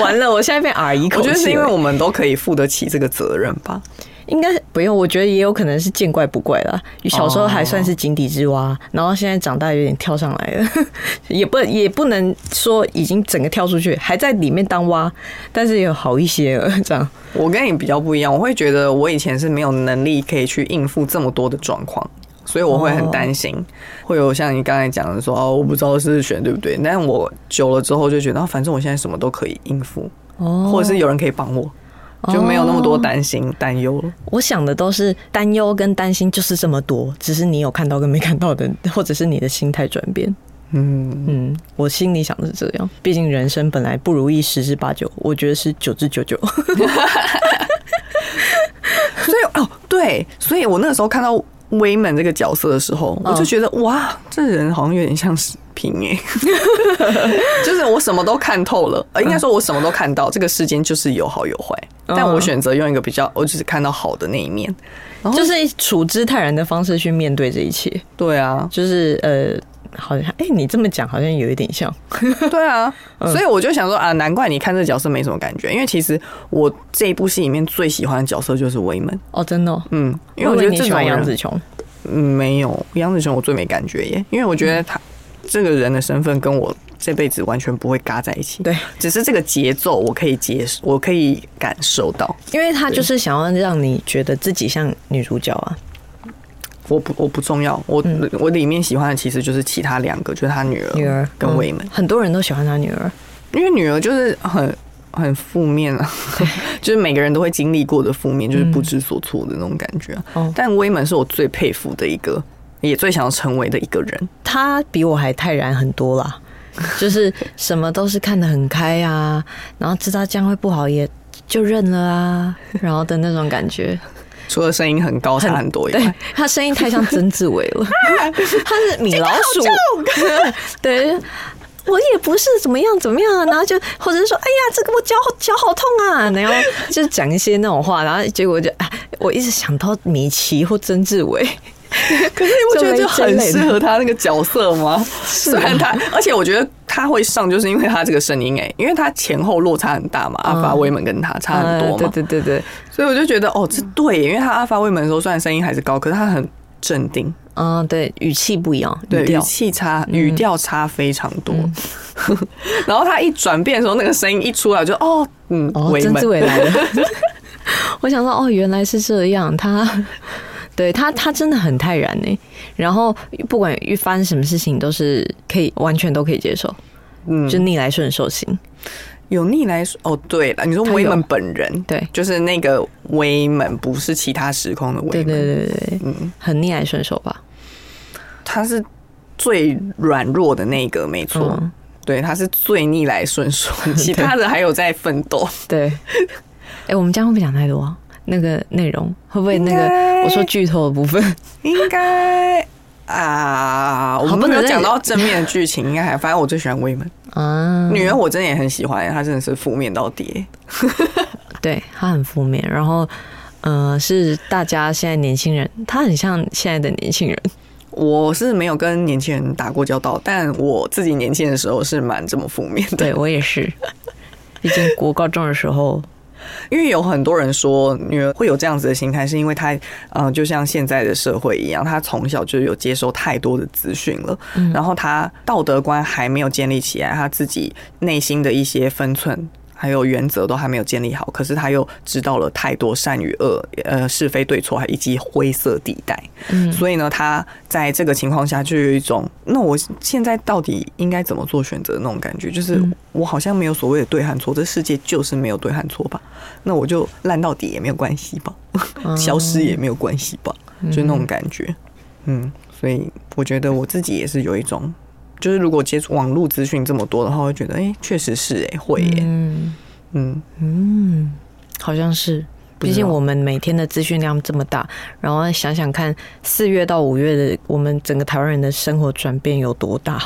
A: 完了，我现在变阿姨口
B: 我
A: 气
B: 觉
A: 了。
B: 得是因为我们都可以负得起这个责任吧。
A: 应该不用，我觉得也有可能是见怪不怪啦。小时候还算是井底之蛙，然后现在长大有点跳上来了， 也不也不能说已经整个跳出去，还在里面当蛙，但是有好一些了。这样，
B: 我跟你比较不一样，我会觉得我以前是没有能力可以去应付这么多的状况，所以我会很担心，会有像你刚才讲的说哦，我不知道是选对不对，但我久了之后就觉得，啊反正我现在什么都可以应付，
A: 哦
B: 或者是有人可以帮我，就没有那么多担心担忧了。
A: 我想的都是担忧跟担心就是这么多，只是你有看到跟没看到的，或者是你的心态转变。
B: 嗯，
A: 嗯，我心里想的是这样，毕竟人生本来不如意十之八九，我觉得是九之九九。
B: 所以哦，对，所以我那个时候看到威门这个角色的时候，
A: 嗯
B: 我就觉得哇，这人好像有点像史平 哎，就是我什么都看透了，
A: 嗯
B: 呃，应该说我什么都看到，这个世间就是有好有坏，但我选择用一个比较，我只是看到好的那一面。
A: 就是以处之泰然的方式去面对这一切。
B: 对啊，
A: 就是呃，好像哎、你这么讲好像有一点像，
B: 对啊，
A: 嗯
B: 所以我就想说啊，难怪你看这个角色没什么感觉，因为其实我这一部戏里面最喜欢的角色就是威门，
A: 哦，真的哦、
B: 嗯，因为
A: 我
B: 我
A: 以
B: 觉得
A: 你
B: 这
A: 喜
B: 种
A: 欢杨
B: 人
A: 紫琼，
B: 嗯，没有，杨子琼我最没感觉耶，因为我觉得他这个人的身份跟我这辈子完全不会嘎在一起。
A: 对，
B: 只是这个节奏我可以接受，我可以感受到。
A: 因为她就是想要让你觉得自己像女主角啊。
B: 我不我不重要，我、我里面喜欢的其实就是其他两个，就是他女儿、
A: 嗯女儿嗯
B: 跟魏门，
A: 很多人都喜欢她女儿，
B: 因为女儿就是很。很负 面啊，就是每个人都会经历过的负面，就是不知所措的那种感觉啊、
A: 嗯哦
B: 但威门是我最佩服的一个，也最想要成为的一个人。
A: 她比我还泰然很多 啦，就是什么都是看得很开啊，然后知道这样会不好也。就认了啊，然后的那种感觉。
B: 除了声音很高差很多以
A: 对
B: 外，
A: 他声音太像曾志伟 了，他是米
B: 啊
A: 老鼠，对。我也不是怎么样怎么样啊，然后就或者是说，哎呀，这个我脚好脚好痛啊，然后就讲一些那种话，然后结果就，啊我一直想到米奇或曾志伟，
B: 可是你不觉得就很适合他那个角色 吗？
A: 啊
B: 虽然他，而且我觉得他会上，就是因为他这个声音哎、因为他前后落差很大嘛，阿法威门跟他差很多嘛，
A: 呃嗯对对对对，
B: 所以我就觉得哦，这对耶，因为他阿发威门的时候，虽然声音还是高，可是他很镇定，
A: 嗯，对，语气不一样，
B: 对，
A: 语
B: 语
A: 调嗯
B: 气差，语调差非常多。 然后他一转变的时候，那个声音一出来就哦，嗯，
A: 哦，
B: 威
A: 曾
B: 门
A: 志伟 来了。我想说，哦，原来是这样。他， 对他，他真的很泰然呢。然后不管遇发生什么事情，都是可以完全都可以接受，
B: 嗯
A: 就逆来顺受型。
B: 有逆来顺哦，对了，你说
A: 他有
B: 威门本人，
A: 对
B: 就是那个威门，不是其他时空的
A: 对
B: 威门，
A: 对对对，
B: 嗯，
A: 很逆来顺受吧。
B: 他是最软弱的那个，没错。
A: 嗯
B: 对，他是最逆来顺受， 其他的还有在奋斗。
A: 对， 哎、我们这样会不会讲太多、啊？那个内容会不会那
B: 应该
A: 个我说剧透的部 分？
B: 应该啊，我
A: 好不
B: 们没
A: 能
B: 有
A: 再
B: 讲到正面的剧情，应该还反正我最喜欢威门
A: 啊，
B: 女儿，我真的也很喜欢，她真的是负面到底。
A: 对他很负面，然后呃，是大家现在年轻人，他很像现在的年轻人。
B: 我是没有跟年轻人打过交道，但我自己年轻的时候是蛮这么负面 的，
A: 对我也是，毕竟国高中的时候，
B: 因为有很多人说女儿会有这样子的心态，是因为她，呃，就像现在的社会一样，她从小就有接收太多的资讯了，然后她道德观还没有建立起来，她自己内心的一些分寸。还有原则都还没有建立好，可是她又知道了太多善与恶，呃，是非对错，还以及灰色地带。
A: 嗯，
B: 所以呢，他在这个情况下就有一种，那我现在到底应该怎么做选择的那种感觉，就是我好像没有所谓的对和错，这世界就是没有对和错吧？那我就烂到底也没有关系吧，
A: 嗯
B: 消失也没有关系吧，就那种感觉。嗯，所以我觉得我自己也是有一种，就是如果接触网络资讯这么多的话，会觉得，哎、确实是、诶，哎，会、耶，
A: 嗯
B: 嗯，
A: 嗯，好像是。
B: 知
A: 毕
B: 道
A: 竟我们每天的资讯量这么大，然后想想看，四月到五月的我们整个台湾人的生活转变有多大，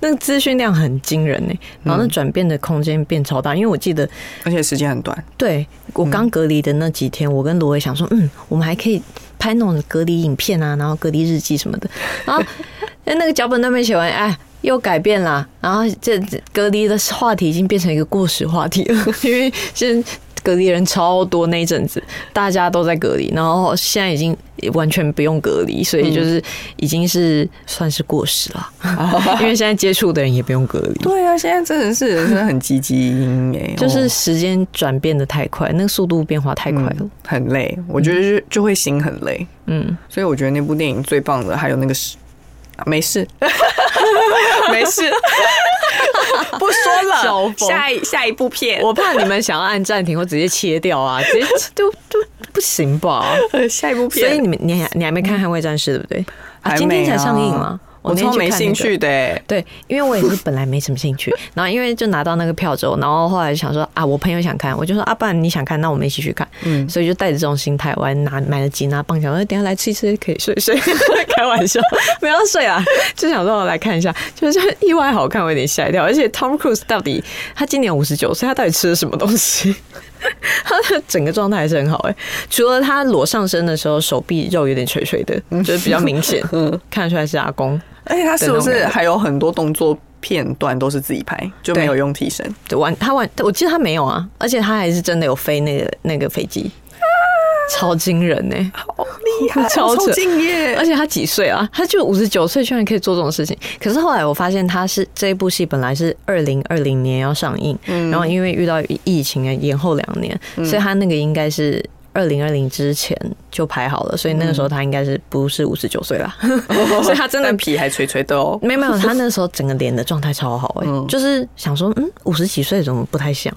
A: 那个资讯量很惊人呢、然后那转变的空间变超大，因为我记得
B: 而且时间很短，
A: 对我刚隔离的那几天，我跟罗伟想说，嗯，我们还可以拍那种隔离影片啊，然后隔离日记什么 的。然后那个脚本都没写完，哎，又改变啦。然后这这隔离的话题已经变成一个过时话题了，因为现在隔离人超多那一阵子，大家都在隔离，然后现在已经完全不用隔离，所以就是已经是算是过时了， 因为现在接触的人也不用隔离。
B: 对啊，现在真的是人生 很积极音哎，
A: 就是时间转变的太快，那个速度变化太快了
B: 嗯。很累，我觉得就就会心很累。
A: 嗯，
B: 所以我觉得那部电影最棒的还有 那个是，啊没事， 没事，不说
A: 小
B: 了。
A: 冯
B: 下一下一部片，
A: 我怕你们想要按暂停或直接切掉 啊，直接就就不行吧？
B: 我呃下一部
A: 所
B: 片，
A: 以你们你还你还没看《捍卫战士》对不对？
B: 还没啊
A: 今天才上映了，
B: 我
A: 那天
B: 超
A: 去
B: 没
A: 看那
B: 兴
A: 个
B: 趣的欸。
A: 对，因为我也是本来没什么兴趣，然后因为就拿到那个票之后，然后后来就想说啊，我朋友想看，我就说啊，不然你想看，那我们一起去看。
B: 嗯
A: 所以就带着这种心态，我还拿买了吉拿棒，想说等一下来吃一吃，可以睡睡。 开玩笑，没有睡啊，就想说我来看一下，就是意外好看，我有点吓一跳。而且 Tom Cruise 到底他今年五十九岁，他到底吃了什么东西？ 他的整个状态还是很好哎、除了他裸上身的时候手臂肉有点垂垂的，就是比较明显，看得出来是阿公。
B: 而且他是不
A: 的那种
B: 是
A: 感觉
B: 还有很多动作片段都是自己拍，就没有用替身？
A: 对玩他玩，我记得他没有啊，而且他还是真的有飞那个那个飞机，超惊人 呢、
B: 好厉害，
A: 超
B: 超
A: 扯
B: 敬业
A: 而。且他几岁啊？他就五十九岁，居然可以做这种事情。可是后来我发现，他是这一部戏本来是二零二零年要上映，
B: 嗯
A: 然后因为遇到疫情啊，延后两年，所以他那个应该是。二零二零之前就排好了，所以那个
B: 嗯
A: 时候他应该是不是五十九岁啦？ 所以他真的
B: 但皮还垂垂的哦。
A: 没有没有，他那时候整个脸的状态超好哎、
B: 嗯
A: 就是想说，嗯，五十几岁怎么不太像？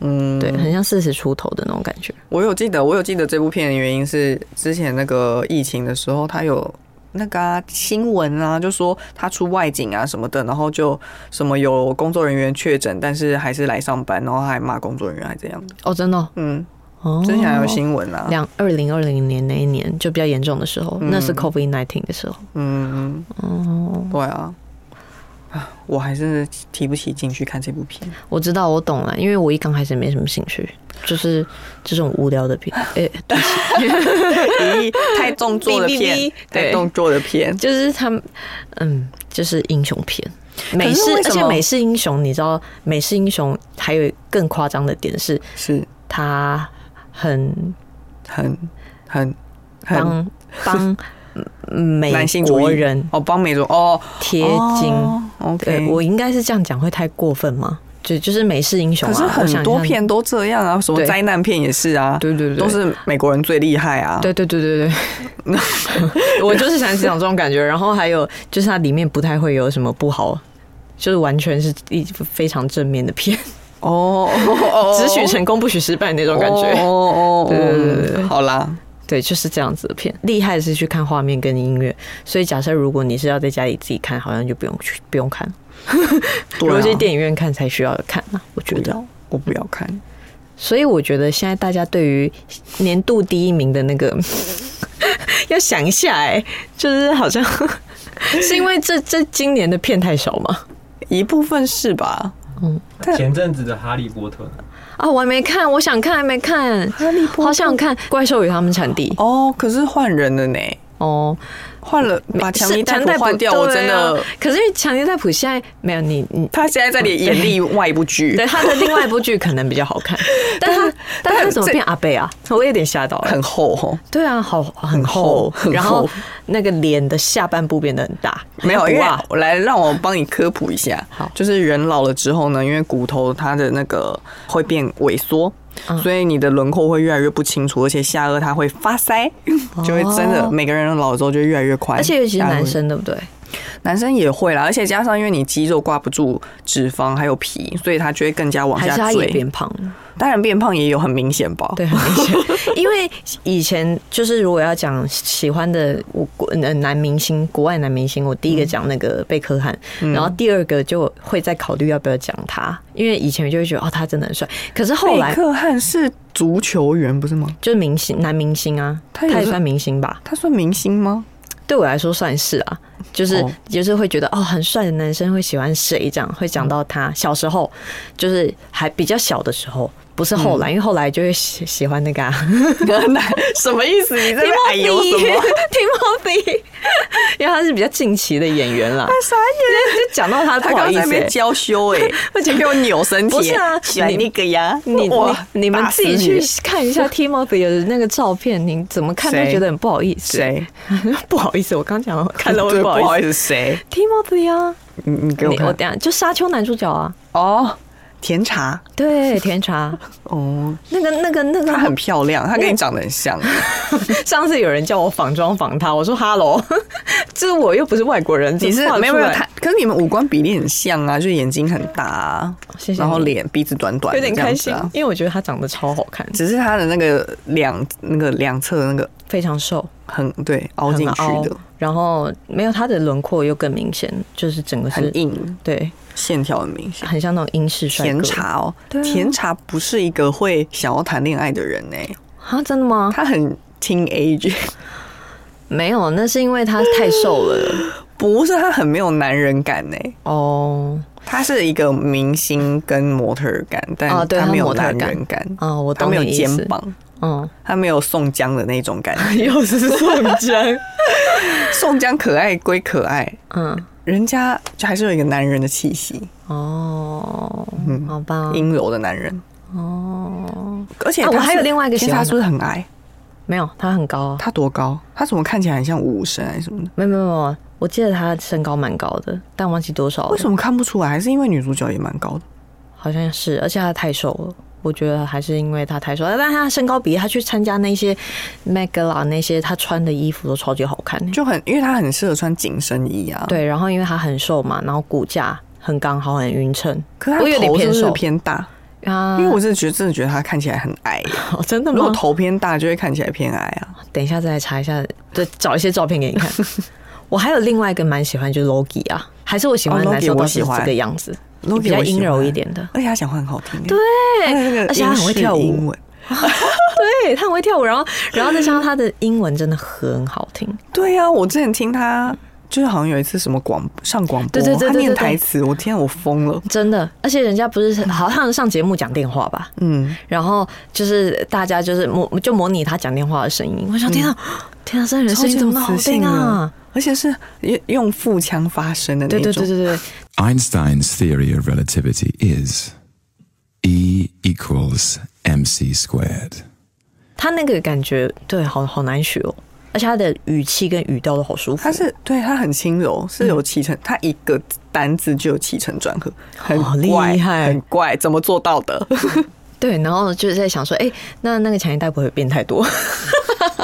B: 嗯，
A: 对，很像四十出头的那种感觉。
B: 我有记得，我有记得这部片的原因是之前那个疫情的时候，他有那个、啊、新闻啊，就说他出外景啊什么的，然后就什么有工作人员确诊，但是还是来上班，然后还骂工作人员还这样。
A: 哦，真的哦
B: 嗯，
A: 哦，
B: 之前还有新闻啊，
A: 两二零二零年那一年就比较严重的时候，那是 COVID nineteen 的时候。
B: 嗯，
A: 哦，
B: 对啊， 啊，我还是提不起劲去看这部片。
A: 我知道，我懂了，因为我一刚开始没什么兴趣，就是这种无聊的 片，诶、
B: 咦，太动作的
A: 哔哔
B: 片
A: 哔，
B: 太
A: 对
B: 动作的片，
A: 就是他们，嗯，就是英雄片。美
B: 可是
A: 式，
B: 为
A: 而
B: 什么
A: 且美式英雄，你知道，美式英雄还有更夸张的点是，
B: 是
A: 他很
B: 很很很
A: 帮帮嗯美
B: 男性主义
A: 国人
B: 哦，帮美中哦，
A: 贴金。
B: 哦
A: 对
B: OK，
A: 我应该是这样讲，会太过分吗？就就是美式英雄啊，
B: 可是
A: 我想
B: 很
A: 一
B: 多
A: 下，
B: 片都这样啊，什么
A: 对
B: 灾难片也是啊，
A: 对对对，
B: 都是美国人最厉害啊。
A: 对对对对 对，我就是想讲这种感觉。然后还有就是它里面不太会有什么不好，就是完全是一非常正面的片，
B: 哦，哦
A: 只许成功不许失败那种感觉。
B: 哦哦，
A: 对对对对对
B: 好啦，
A: 对，就是这样子的片。厉害的是去看画面跟音乐，所以假设如果你是要在家里自己看，好像就不用去不用看， 如
B: 对啊
A: 果去电影院看才需要看嘛，我觉
B: 不
A: 得。
B: 要，我不要看。
A: 所以我觉得现在大家对于年度第一名的那个 要想一下、哎，就是好像 是因为这这今年的片太少吗？
B: 一部分是吧？
C: 前阵子的《哈利波特》呢，
A: 啊，我还没看，我想看，还没看，
B: 哈利波特
A: 好想看《怪兽与他们产地》
B: 哦，可是换人了呢，
A: 哦，
B: 换了把强尼
A: 是
B: 戴
A: 强尼戴
B: 普
A: 普
B: 换掉，我
A: 对啊
B: 真的，
A: 可是因为强尼戴普现在没有你，你
B: 他现在在演演另外一部剧
A: 对，他的另外一部剧可能比较好 看，但他但他怎么变阿贝啊？我有点吓到了。
B: 很厚哦。
A: 对啊，好很
B: 厚
A: 厚，
B: 很厚
A: 然后那个脸的下半部变得很大，
B: 没有，
A: 很
B: 因
A: 鼓
B: 为
A: 啊
B: 我来让我帮你科普一下，
A: 好
B: 就是人老了之后呢，因为骨头它的那个会变萎缩，
A: 嗯
B: 所以你的轮廓会越来越不清楚，而且下颚它会发腮，就会真的每个人老了之后就越来越宽，
A: 哦而且尤其是
B: 下颚
A: 男生，对不对？
B: 男生也会啦，而且加上因为你肌肉挂不住脂肪还有皮，所以它就会更加往
A: 还是
B: 下
A: 他也
B: 坠。
A: 变胖了？
B: 当然变胖也有很明显吧，
A: 对，很 明显。因为以前就是如果要讲喜欢的我国呃男明星，国外男明星，我
B: 嗯
A: 第一个讲那个贝克汉，然后第二个就会再考虑要不要讲他，因为以前就会觉得哦他真的很帅，可是后
B: 贝
A: 来
B: 克汉是足球员不是吗？
A: 就是明星男明星啊，
B: 他
A: 他
B: 也是
A: 也算明星吧？
B: 他算明星吗？
A: 对我来说算是啊。就是、
B: 哦
A: 就是会觉得哦，很帅的男生会喜欢谁？这样会讲到他小时候，就是还比较小的时候，不是后来，
B: 嗯
A: 因为后来就会喜喜欢 那个、啊。
B: 什么意思？ 你 在那
A: 提
B: 边哎呦什么？
A: Timothy，因为 他是比较近期的演员 啦。
B: 傻眼。
A: 就讲到他
B: 他
A: 不
B: 刚
A: 好
B: 刚
A: 意
B: 在那
A: 思、
B: 边
A: 欸，
B: 娇羞哎、欸，而且给 我扭身体、欸，
A: 不是啊
B: 喜欢
A: 你
B: 那个呀，
A: 你你
B: 哇
A: 你们
B: 打死
A: 自己去看一下 Timothy 的那个照片，你怎么看都
B: 谁
A: 觉得很不好意思。
B: 谁？
A: 不好意思，我刚讲看到会
B: 对不
A: 不好
B: 好
A: 意思。
B: 意思，谁？
A: Timothy 啊，
B: 你你给我
A: 你我
B: 看
A: 等一下就沙丘男主角啊，
B: 哦，甜茶
A: 对，甜茶，
B: 哦，
A: 那个那个那
B: 她很
A: 个，
B: 漂亮，她跟你长得很像，
A: 上次有人叫我仿妆仿他，我说 Hello，这 我又不是外国人，
B: 你是
A: 怎么画得
B: 没有没
A: 出
B: 有
A: 来
B: 她，可是你们五官比例很像啊，就是眼睛很大、啊，
A: 谢谢你
B: 然后脸鼻子短短
A: 有
B: 的这
A: 点
B: 样子啊，
A: 开心，因为我觉得他长得超好看，
B: 只是她的那个两那个两侧那个
A: 非常瘦。
B: 很对凹进去
A: 很凹
B: 的，
A: 然后没有它的轮廓又更明显，就是整个是
B: 很，硬，
A: 对，
B: 线条很明显。
A: 很像那种英式帅
B: 甜
A: 哥。
B: 茶哦，
A: 对啊
B: 甜茶不是一个会想要谈恋爱的人呢、欸
A: 啊，真的吗？
B: 他很 teenage，
A: 没有，那是因为他太瘦了。
B: 不是他很没有男人感呢、
A: 哦，
B: 他是一个明星跟模特儿感，但
A: 哦对
B: 他
A: 他
B: 没有
A: 模特
B: 男
A: 儿
B: 人感，
A: 哦，我
B: 他
A: 懂
B: 没有
A: 你意
B: 肩
A: 思。
B: 膀，
A: 嗯，
B: 他没有宋江的那种感 觉。
A: 又是宋江。
B: 宋江可爱归可爱，
A: 嗯，
B: 人家就还是有一个男人的气息，
A: 哦，
B: 嗯
A: 好吧。
B: 阴柔的男人。
A: 哦，
B: 而且
A: 啊
B: 他是、
A: 我还有另外一个
B: 其
A: 喜
B: 实他
A: 欢的
B: 是不是很矮？
A: 没有，他很高啊。
B: 他多高？他怎么看起来很像武神还是什么的？
A: 没有没有没有，我记得他身高蛮高的，但忘记多少了。
B: 为什么看不出来？还是因为女主角也蛮高的？
A: 好像是，而且他太瘦了。我觉得还是因为他太瘦，但他身高比他去参加那些 Megala 那些，他穿的衣服都超级好看、欸。
B: 就很，因为他很适合穿紧身衣啊。，
A: 对，然后因为他很瘦嘛，然后骨架很刚好，很匀称。
B: 可是
A: 我有
B: 他
A: 点
B: 头是
A: 偏
B: 不是
A: 瘦
B: 偏大？
A: 啊
B: 因为我真的觉得，真的觉得他看起来很 矮耶。
A: 我真的
B: 如
A: 吗
B: 果？头偏大，就会看起来偏矮啊。
A: 等一下再来查一下，再找一些照片给你看。我还有另外一个蛮喜欢，就是 Logi 啊，还是我喜欢的
B: 哦 Logie
A: 男生都
B: 我
A: 是
B: 喜欢
A: 这个样子，
B: Logie
A: 比较
B: 我喜
A: 阴
B: 欢
A: 柔一点的。
B: 而且他讲话很好听，对，
A: 对，而且他很会跳
B: 英
A: 舞，
B: 文，
A: 对他很会跳舞，然后然后再加上他的英文真的很好听，
B: 对呀、我之前听他。就是好像有一次什么广上广播，
A: 对对对对
B: 他
A: 对
B: 念
A: 对
B: 台词，我天啊，我疯了。
A: 真的。而且人家不是好像上节目讲电话吧，
B: 嗯，
A: 然后就是大家就是模就模拟他讲电话的声音，我想天啊，
B: 嗯
A: 天啊，这人声音怎么那么好听啊？
B: 而且是用腹腔发声的那
A: 对
B: 种。
A: 对对对对，
D: Einstein's theory of relativity is E equals mc squared.
A: 他那个感觉对，好好难学哦，而且他的语气跟语调都好舒服。
B: 它是对它很轻柔，
A: 嗯
B: 是有起承，它一个单字就有起承转合，很
A: 好厉
B: 怪
A: 害
B: 很怪，怎么做到 的？
A: 对，然后就是在想说，哎、那那个强一代不会变太多？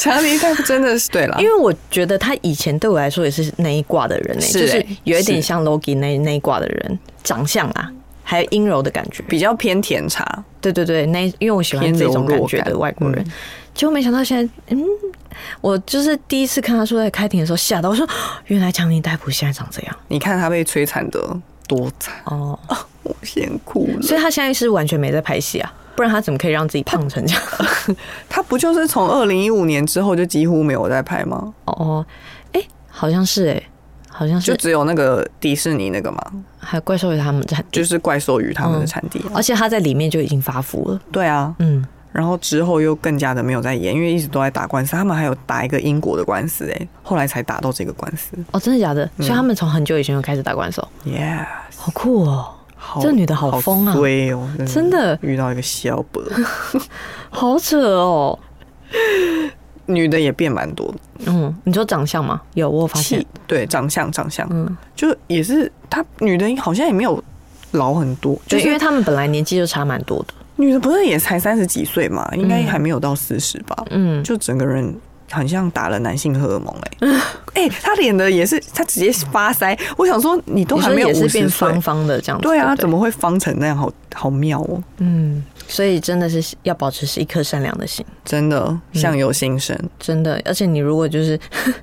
B: 强尼戴夫真的是对了，
A: 因为我觉得他以前对我来说也是那一挂的人、欸，
B: 是
A: 就是
B: 欸
A: 有一点
B: 是
A: 像 Logi 那那一挂的人，长相啊，还有阴柔的感觉。
B: 比较偏甜茶，
A: 对对对，那因为我喜欢
B: 偏
A: 这种
B: 柔弱
A: 感觉的
B: 感嗯
A: 外国人，结果没想到现在，嗯，我就是第一次看他出来开庭的时候吓到，我说原来强尼戴普现在长这样
B: 你看他被摧残的多惨，
A: 哦，
B: 我先哭了。
A: 所以他现在是完全没在拍戏啊，不然他怎么可以让自己胖成这样？
B: 他不就是从二零一五年之后就几乎没有在拍吗？
A: 哦，哎、好像是哎、好像
B: 就是只有那个迪士尼那个嘛，
A: 还有怪兽与他们在，
B: 就是怪兽与他们的
A: 嗯
B: 产地啊、
A: 而且他在里面就已经发福了，
B: 对啊，
A: 嗯。
B: 然后之后又更加的没有在演，因为一直都在打官司，他们还有打一个英国的官司、欸，后来才打到这个官司。
A: 哦，真的假的？所以他们从很久以前就开始打官司哦，
B: Yeah，
A: 好酷哦！
B: 好
A: 这女的好疯啊
B: 好衰哦，
A: 真的
B: 遇到一个小 伯，
A: 好扯哦。
B: 女的也变蛮多的，
A: 嗯，你说长相吗？有，我有发现
B: 气。对长相长相，
A: 嗯，
B: 就也是她女的好像也没有老很多，就
A: 对，因为
B: 是
A: 他们本来年纪就差蛮多的。
B: 女的不是也才三十几岁嘛，应该还没有到四十吧，
A: 嗯，
B: 就整个人。很像打了男性荷尔蒙哎、 欸，哎、她脸的也是，她直接发腮。我想说，你都
A: 你
B: 还
A: 说
B: 没有
A: 也是
B: 五
A: 变
B: 十岁，
A: 方方的这样子。
B: 对啊，
A: 不
B: 怎么会方成那样？好好妙哦，
A: 嗯，所以真的是要保持是一颗善良的心，
B: 真
A: 嗯
B: 的相由心生。
A: 真的。而且你如果就是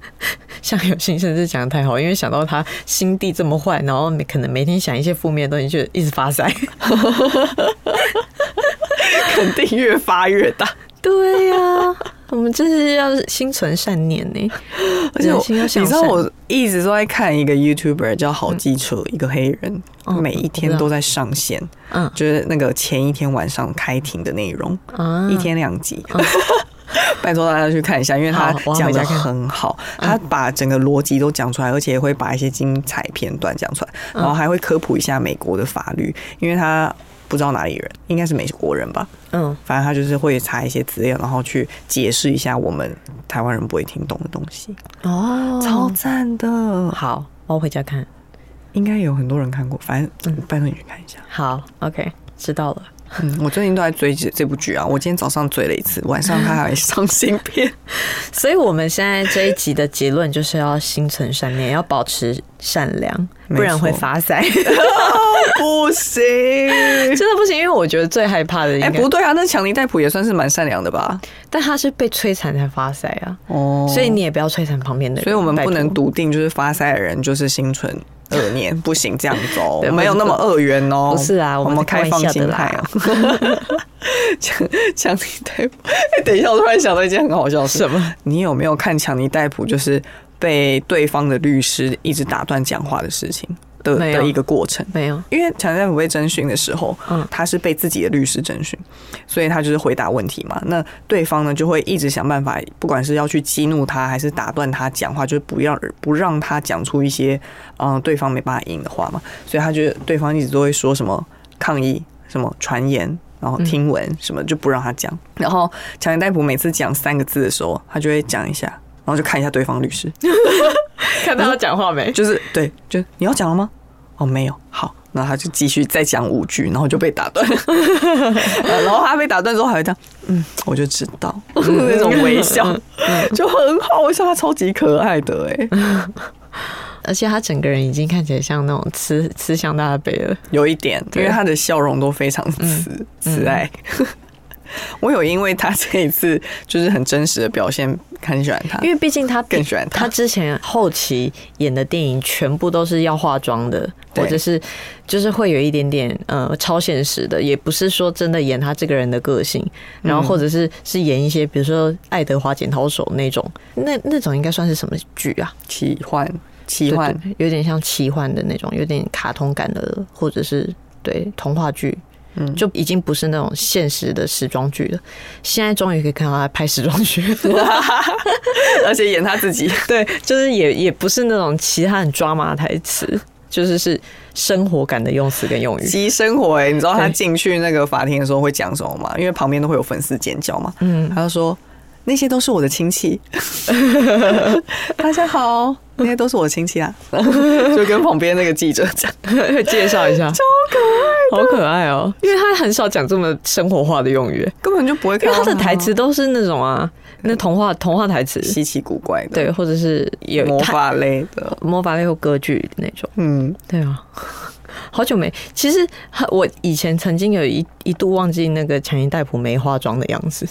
A: 像有心生，是讲的太好，因为想到他心地这么坏，然后可能每天想一些负面的东西，就一直发腮。
B: 肯定越发越大。
A: 对呀、我们就是要心存善念呢。
B: 而且我
A: 人心要向
B: 你知道，
A: 善
B: 我一直都在看一个 YouTuber 叫好机车，一个黑人，
A: 嗯
B: 每一天都在上线，
A: 嗯
B: 就是那个前一天晚上开庭的内容，
A: 啊，
B: 一天两集。 拜托大家去看一下，因为他
A: 好我要
B: 讲
A: 回
B: 的
A: 家看
B: 很好，
A: 嗯
B: 他把整个逻辑都讲出来，而且会把一些精彩片段讲出来，
A: 嗯
B: 然后还会科普一下美国的法律，因为他不知道哪里人，应该是美国人吧，
A: 嗯。
B: 反正他就是会查一些资料，然后去解释一下我们台湾人不会听懂的东西，
A: 哦，
B: 超赞的。
A: 好，我要回家看。
B: 应该有很多人看过，反正、嗯拜托你去看一下。
A: 好，OK，知道了。
B: 嗯，我最近都在追这这部剧啊，我今天早上追了一次，晚 上它还上新片。
A: 所以我们现在这一集的结论就是要心存善念，要保持善良，
B: 没错
A: 不然会发 财。
B: 哦不行，
A: 真的不行，因为我觉得最害怕的应
B: 哎、
A: 该，
B: 不对啊，那强尼戴普也算是蛮善良的吧？
A: 但他是被摧残才发财啊。
B: 哦
A: 所以你也不要摧残旁边的人，
B: 所以我们
A: 拜
B: 不
A: 托
B: 能笃定就是发腮的人就是心存恶念，不行这样子哦，
A: 对
B: 没有那么二元哦，
A: 不是啊我
B: 我
A: 们
B: 们
A: 是开
B: 开放
A: 玩笑的
B: 心态
A: 啦
B: 哦。 强强尼戴普，哎，等一下，我突然想到一件很好笑的事，什么？你有没有看强尼戴普就是被对方的律师一直打断讲话的事情的
A: 没有
B: 的一个过程？
A: 没 有。
B: 因为强尼戴普被侦讯的时候，
A: 嗯
B: 他是被自己的律师侦讯，所以他就是回答问题嘛。那对方呢就会一直想办法，不管是要去激怒他，还是打断他讲话，就是不要不让他讲出一些嗯、呃对方没办法赢的话嘛。所以他觉得对方一直都会说什么抗议、什么传言。然后听闻什么就不让他讲，然后强尼戴普每次讲三个字的时候，他就会讲一下，然后就看一下对方律师，
A: 看到他讲话没？
B: 就是对，就你要讲了吗？哦，没有，好，然后他就继续再讲五句，然后就被 打断，呃然后他被打断之后还会这样，嗯，我就知道嗯那种微笑，
A: 嗯
B: 就很好，我笑他超级可爱的哎、
A: 而且他整个人已经看起来像那种吃吃香大杯了。
B: 有一点，因
A: 对嗯
B: 为他的笑容都非常慈慈爱， 我有因为他这一次就是很真实的表现，很喜欢他，
A: 因为毕竟他
B: 更喜欢
A: 他
B: 他
A: 之前后期演的电影全部都是要化妆的，
B: 对
A: 或者是就是会有一点点呃超现实的，也不是说真的演他这个人的个性，
B: 嗯
A: 然后或者是是演一些比如说爱德华剪刀手那种，那那种应该算是什么剧啊？
B: 奇幻奇幻
A: 对对有点像奇幻的那种，有点卡通感的，或者是对童话剧。嗯，就已经不是那种现实的时装剧了。现在终于可以看到他拍时装剧，
B: 而且演他自己，
A: 对，就是也也不是那种其他很抓马的台词，就是是生活感的用词跟用语。
B: 极生活哎、你知道他
A: 对
B: 进去那个法庭的时候会讲什么吗？因为旁边都会有粉丝尖叫嘛，嗯，他就说那些都是我的 亲戚，大家好，那些都是我的亲戚 啊，就跟旁边那个记者讲，
A: 介绍一 下，超可爱，好可爱哦、因为他很少讲这么生活化的用语，
B: 根本就不会
A: 因
B: 看
A: 为
B: 到
A: 他的台词都是那种啊，那童话童话台词，
B: 稀奇古怪的，
A: 对，或者是有
B: 魔
A: 他
B: 法类的，
A: 魔法类或歌剧那种。
B: 嗯，
A: 对啊， 好久没。其实我以前曾经有一一度忘记那个强尼戴普没化妆的样子。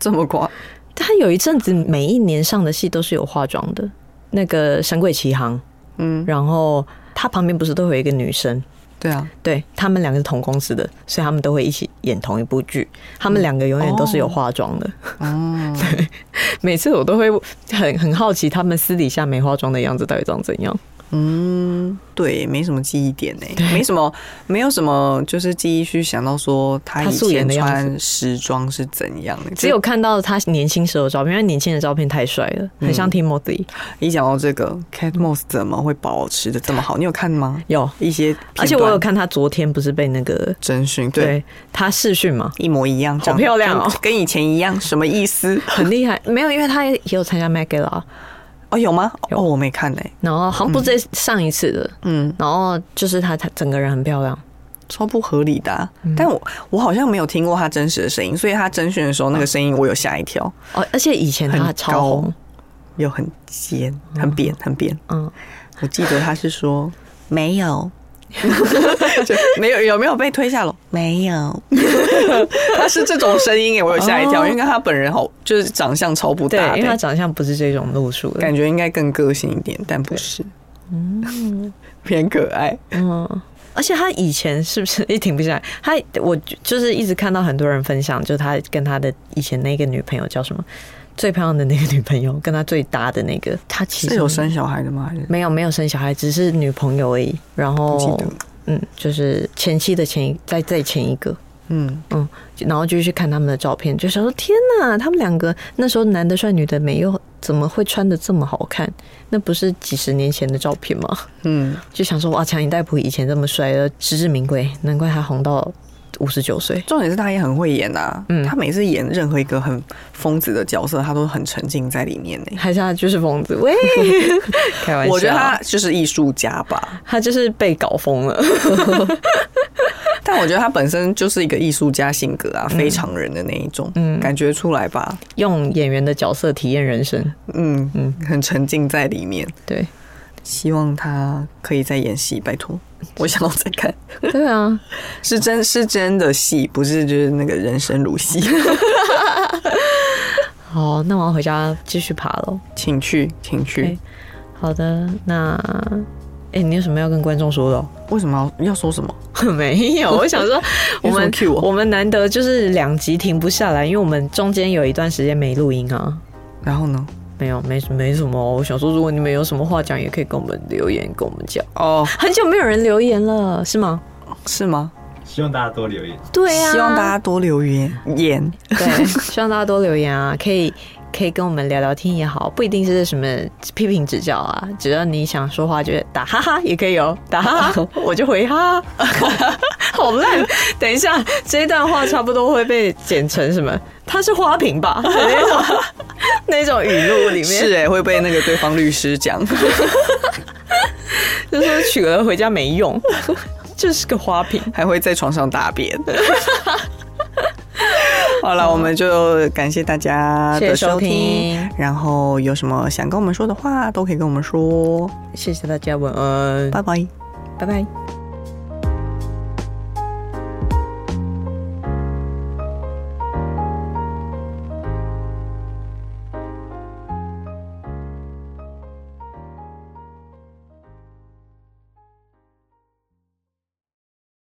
B: 这么怪，
A: 他有一阵子每一年上的戏都是有化妆的，那个《神鬼奇航》，嗯，然后他旁边不是都会有一个女生，
B: 对啊，
A: 对他们两个是同公司的，所以他们都会一起演同一部剧。他们两个永远都是有化妆的。哦， 对，每次我都会很很好奇他们私底下没化妆的样子到底长怎样。
B: 嗯对，没什么记忆点呢、欸没什么，没有什么，就是记忆去想到说他
A: 他
B: 以
A: 素颜
B: 前
A: 的样子
B: 穿时装是怎样的。
A: 只有看到他年轻时候的照片，因为年轻的照片太帅了，很像 Timothy。
B: 一讲到这个，Cat Moss 怎么会保持的 这么好？你有看吗？
A: 有，
B: 一些片
A: 而
B: 段，
A: 且我有看他昨天不是被那个
B: 征询，对，
A: 对他视讯 嘛，
B: 一模一样，
A: 好
B: 长得
A: 漂亮哦
B: 跟跟以前一样，什么 意思？
A: 很厉害。没有，因为他也有参加 m a g a l a
B: 哦，有吗？哦，我没看呢、
A: 然后好像不是上一次的，
B: 嗯，
A: 然后就是他他整个人很漂亮，
B: 超不合理的啊、
A: 嗯
B: 但我我好像没有听过他真实的声音，所以他征询的时候那个声音我有吓一跳，
A: 哦，而且以前他
B: 很
A: 超红，
B: 又很尖，很扁，很扁。
A: 嗯，
B: 我记得他是 说没有， 就没有有没有被推下楼？没有， 他是这种声音哎，我有吓一跳，
A: 哦
B: 因为他本人好就是长相超不
A: 对
B: 搭，
A: 因为他
B: 的，
A: 长相不是这种路数的，
B: 感觉应该更个性一点，但不是， 偏可爱。
A: 嗯。而且他以前是不是也停不下来？他我就是一直看到很多人分享，就他跟他的以前那个女朋友叫什么最漂亮的那个女朋友，跟他最搭的那个，他其实
B: 是有生小孩的吗？还是
A: 没有没有生小孩，只是女朋友而已。然
B: 不记
A: 后
B: 得
A: 嗯，就是前妻的前一再再前一个，
B: 嗯，
A: 嗯，然后就去看他们的照片，就想说天哪，他们两个那时候男的帅，女的美，又怎么会穿的这么好看？那不是几十年前的照片吗？
B: 嗯，
A: 就想说哇，强尼戴普以前这么帅，呃实至名归，难怪他红到五十九岁。
B: 重点是他也很会演啊，
A: 嗯
B: 他每次演任何一个很疯子的角色，他都很沉浸在里面呢。
A: 还是他就是疯子？喂， 开玩笑，
B: 我觉得他就是艺术家吧，
A: 他就是被搞疯 了。
B: 但我觉得他本身就是一个艺术家性格
A: 嗯
B: 啊，非常人的那一种，感觉出来吧，
A: 用演员的角色体验人生，
B: 嗯嗯，很沉浸在里面。
A: 对
B: 希望他可以再演戏，拜托，
A: 嗯
B: 我想要再看，
A: 对啊，
B: 是真是真的戏，不是就是那个人生 如戏，
A: 好，那我要回家继续爬喽。
B: 请去，请去。
A: 哎好的，那哎、你有什么要跟观众说的、哦
B: 为什么要要说什么？
A: 没有，我 想说我
B: 有什么
A: 们
B: cue 我
A: 们难得就是两集停不下来，因为我们中间有一段时间没录音啊。
B: 然后呢？
A: 没有，没没什么。哦我想说，如果你们有什么话讲，也可以跟我们留言，跟我们讲。
B: 哦，
A: 很久没有人留言了，是吗？
B: 是吗？
C: 希望大家多留言。
A: 对啊呀、
B: 希望大家多留言言。
A: 对，希望大家多留言啊， 可以可以跟我们聊聊天也好，不一定是什么批评指教啊，只要你想说话，就是打哈哈也可以哦，打哈 哈我就回哈哈，好烂。等一下，这一段话差不多会被剪成什么？它是花瓶 吧？那种那种语录 里面，
B: 是哎、会被那个对方律师讲。
A: 就说娶了回家没用， 就是个花瓶。
B: 还会在床上大便。 好了，我们就感谢大家
A: 谢谢
B: 的
A: 收
B: 收
A: 听
B: 听，然后有什么想跟我们说的话，都可以跟我们说。
A: 谢谢大家，晚安，
B: 拜拜。
A: 拜拜。